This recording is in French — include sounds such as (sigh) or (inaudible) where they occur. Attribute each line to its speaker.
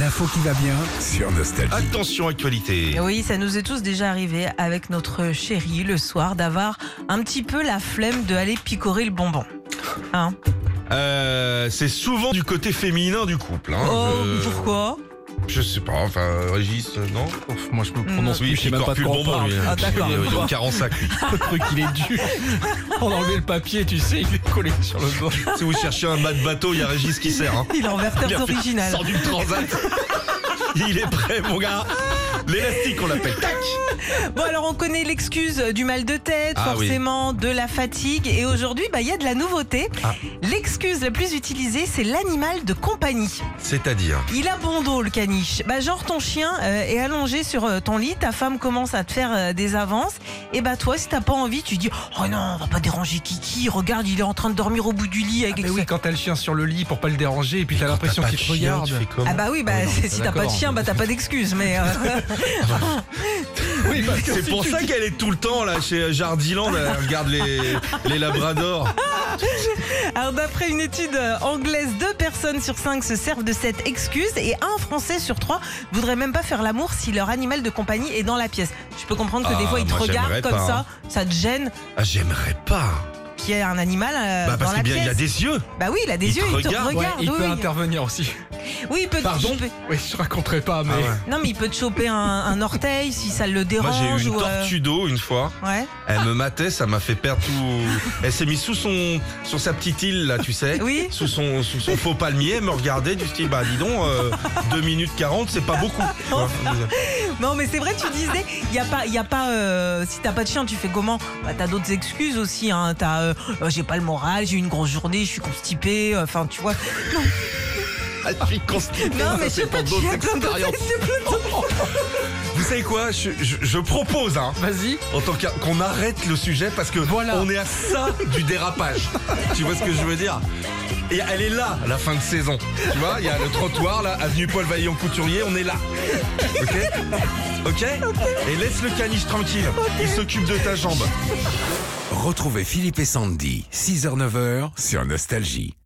Speaker 1: L'info qui va bien sur Nostalgie.
Speaker 2: Attention actualité.
Speaker 3: Et Oui, ça nous est tous déjà arrivé avec notre chérie le soir d'avoir un petit peu la flemme de aller picorer le bonbon. Hein
Speaker 2: Euh, c'est souvent du côté féminin du couple. Hein.
Speaker 3: oh,
Speaker 2: Euh,
Speaker 3: pourquoi
Speaker 2: Je sais pas, enfin Régis, euh, non
Speaker 4: Moi je me
Speaker 3: prononce
Speaker 4: prononce
Speaker 2: Oui,
Speaker 4: plus, je sais
Speaker 2: il
Speaker 4: Mmh. même pas
Speaker 2: corpule
Speaker 4: quoi
Speaker 2: bonbon, lui. hein.
Speaker 3: Ah, d'accord.
Speaker 2: Il est- il est au car en sac,
Speaker 4: (laughs)
Speaker 2: lui.
Speaker 4: Le truc il est
Speaker 2: (laughs)
Speaker 4: dur.
Speaker 2: hein.
Speaker 4: On a enlevé le papier, tu sais, il est collé sur le bord.
Speaker 2: Si vous cherchez un bas de bateau, il y a Régis qui sert. Hein.
Speaker 3: Il est en
Speaker 2: Il
Speaker 3: version
Speaker 2: a fait-
Speaker 3: originale.
Speaker 2: sort du
Speaker 4: (laughs)
Speaker 2: transat. Il est prêt, mon gars. L'élastique, on l'appelle. Tac.
Speaker 3: Bon, alors on connaît l'excuse du mal de tête,
Speaker 2: Ah oui.
Speaker 3: forcément, de la fatigue. Et aujourd'hui, bah, il y a de la nouveauté.
Speaker 2: Ah.
Speaker 3: L'excuse la plus utilisée, c'est l'animal de compagnie.
Speaker 2: C'est-à-dire
Speaker 3: Il a bon dos, le caniche. Bah, genre, ton chien euh, est allongé sur euh, ton lit, ta femme commence à te faire euh, des avances. Et bah, toi, si t'as pas envie, tu dis Oh non, on va pas déranger Kiki, regarde, il est en train de dormir au bout du lit
Speaker 2: Ah,
Speaker 3: avec
Speaker 2: bah
Speaker 4: Mais
Speaker 3: les-
Speaker 4: oui, quand t'as le chien sur le lit pour pas le déranger et puis t'as l'impression
Speaker 2: T'as
Speaker 4: qu'il
Speaker 2: pas
Speaker 4: te
Speaker 2: de chien,
Speaker 4: regarde.
Speaker 2: tu fais comment
Speaker 3: Ah bah oui, bah,
Speaker 4: Ah non, mais
Speaker 3: si t'as pas de
Speaker 4: d'accord.
Speaker 3: chien, bah
Speaker 2: (laughs)
Speaker 3: t'as pas d'excuse. Mais euh, (laughs)
Speaker 4: Oui, parce que
Speaker 2: C'est
Speaker 4: si
Speaker 2: pour
Speaker 4: tu
Speaker 2: ça
Speaker 4: dis-
Speaker 2: qu'elle est tout le temps là chez Jardiland. Elle regarde les, les labradors.
Speaker 3: alors d'après une étude euh, anglaise, deux personnes sur cinq se servent de cette excuse et un Français sur trois voudrait même pas faire l'amour si leur animal de compagnie est dans la pièce. Je peux comprendre que des
Speaker 2: Ah,
Speaker 3: fois il te
Speaker 2: moi,
Speaker 3: regarde
Speaker 2: j'aimerais
Speaker 3: comme
Speaker 2: pas,
Speaker 3: ça,
Speaker 2: hein.
Speaker 3: ça te gêne
Speaker 2: Ah, j'aimerais pas.
Speaker 3: qu'il y ait un animal euh,
Speaker 2: Bah, parce
Speaker 3: dans la
Speaker 2: qu'il y a- il
Speaker 3: pièce.
Speaker 2: y a des yeux.
Speaker 3: Bah oui, il a des
Speaker 2: Il te
Speaker 3: yeux, il te
Speaker 2: regarde.
Speaker 3: regarde.
Speaker 4: Ouais, il
Speaker 3: oui,
Speaker 4: peut
Speaker 3: oui.
Speaker 4: intervenir aussi.
Speaker 3: Oui, il peut te-
Speaker 4: Pardon
Speaker 3: il peut-
Speaker 4: Oui, je raconterai pas, mais.
Speaker 2: Ah ouais.
Speaker 3: Non, mais il peut te choper un, un orteil si ça le
Speaker 2: Moi,
Speaker 3: dérange.
Speaker 2: j'ai eu une
Speaker 3: ou, euh,
Speaker 2: tortue d'eau une fois.
Speaker 3: Ouais.
Speaker 2: Elle me matait, ça m'a fait perdre tout. Elle s'est mise sous son, sur sa petite île là, tu sais.
Speaker 3: Oui.
Speaker 2: Sous son, sous son faux palmier, elle me regardait du style, bah dis donc, euh, 2 minutes 40, c'est pas
Speaker 3: (laughs)
Speaker 2: beaucoup. Tu vois.
Speaker 3: Non, mais c'est vrai, tu disais, il y a pas, il y a pas. euh, si t'as pas de chien, tu fais comment Bah, t'as d'autres excuses aussi. Hein. T'as, euh, euh, j'ai pas le moral, j'ai eu une grosse journée, je suis constipé. euh, Enfin, tu vois.
Speaker 2: Ah, je suis constipé,
Speaker 3: Non,
Speaker 2: ça,
Speaker 3: mais je
Speaker 2: c'est
Speaker 3: sais pas.
Speaker 2: pour
Speaker 3: tu
Speaker 2: d'autres
Speaker 3: as plein d'autres (laughs)
Speaker 2: expériences. Oh, Vous savez quoi je, je- je propose hein,
Speaker 4: Vas-y.
Speaker 2: en tant qu'a- qu'on arrête le sujet parce que
Speaker 4: Voilà.
Speaker 2: on est à ça du dérapage. tu vois ce que je veux dire Et elle est là, la fin de saison. Tu vois, il y a le trottoir là, avenue Paul Vaillant Couturier, on est là. Ok Ok Et laisse le caniche tranquille. Il s'occupe de ta jambe.
Speaker 1: Retrouvez Philippe et Sandy, 6h-9h sur Nostalgie.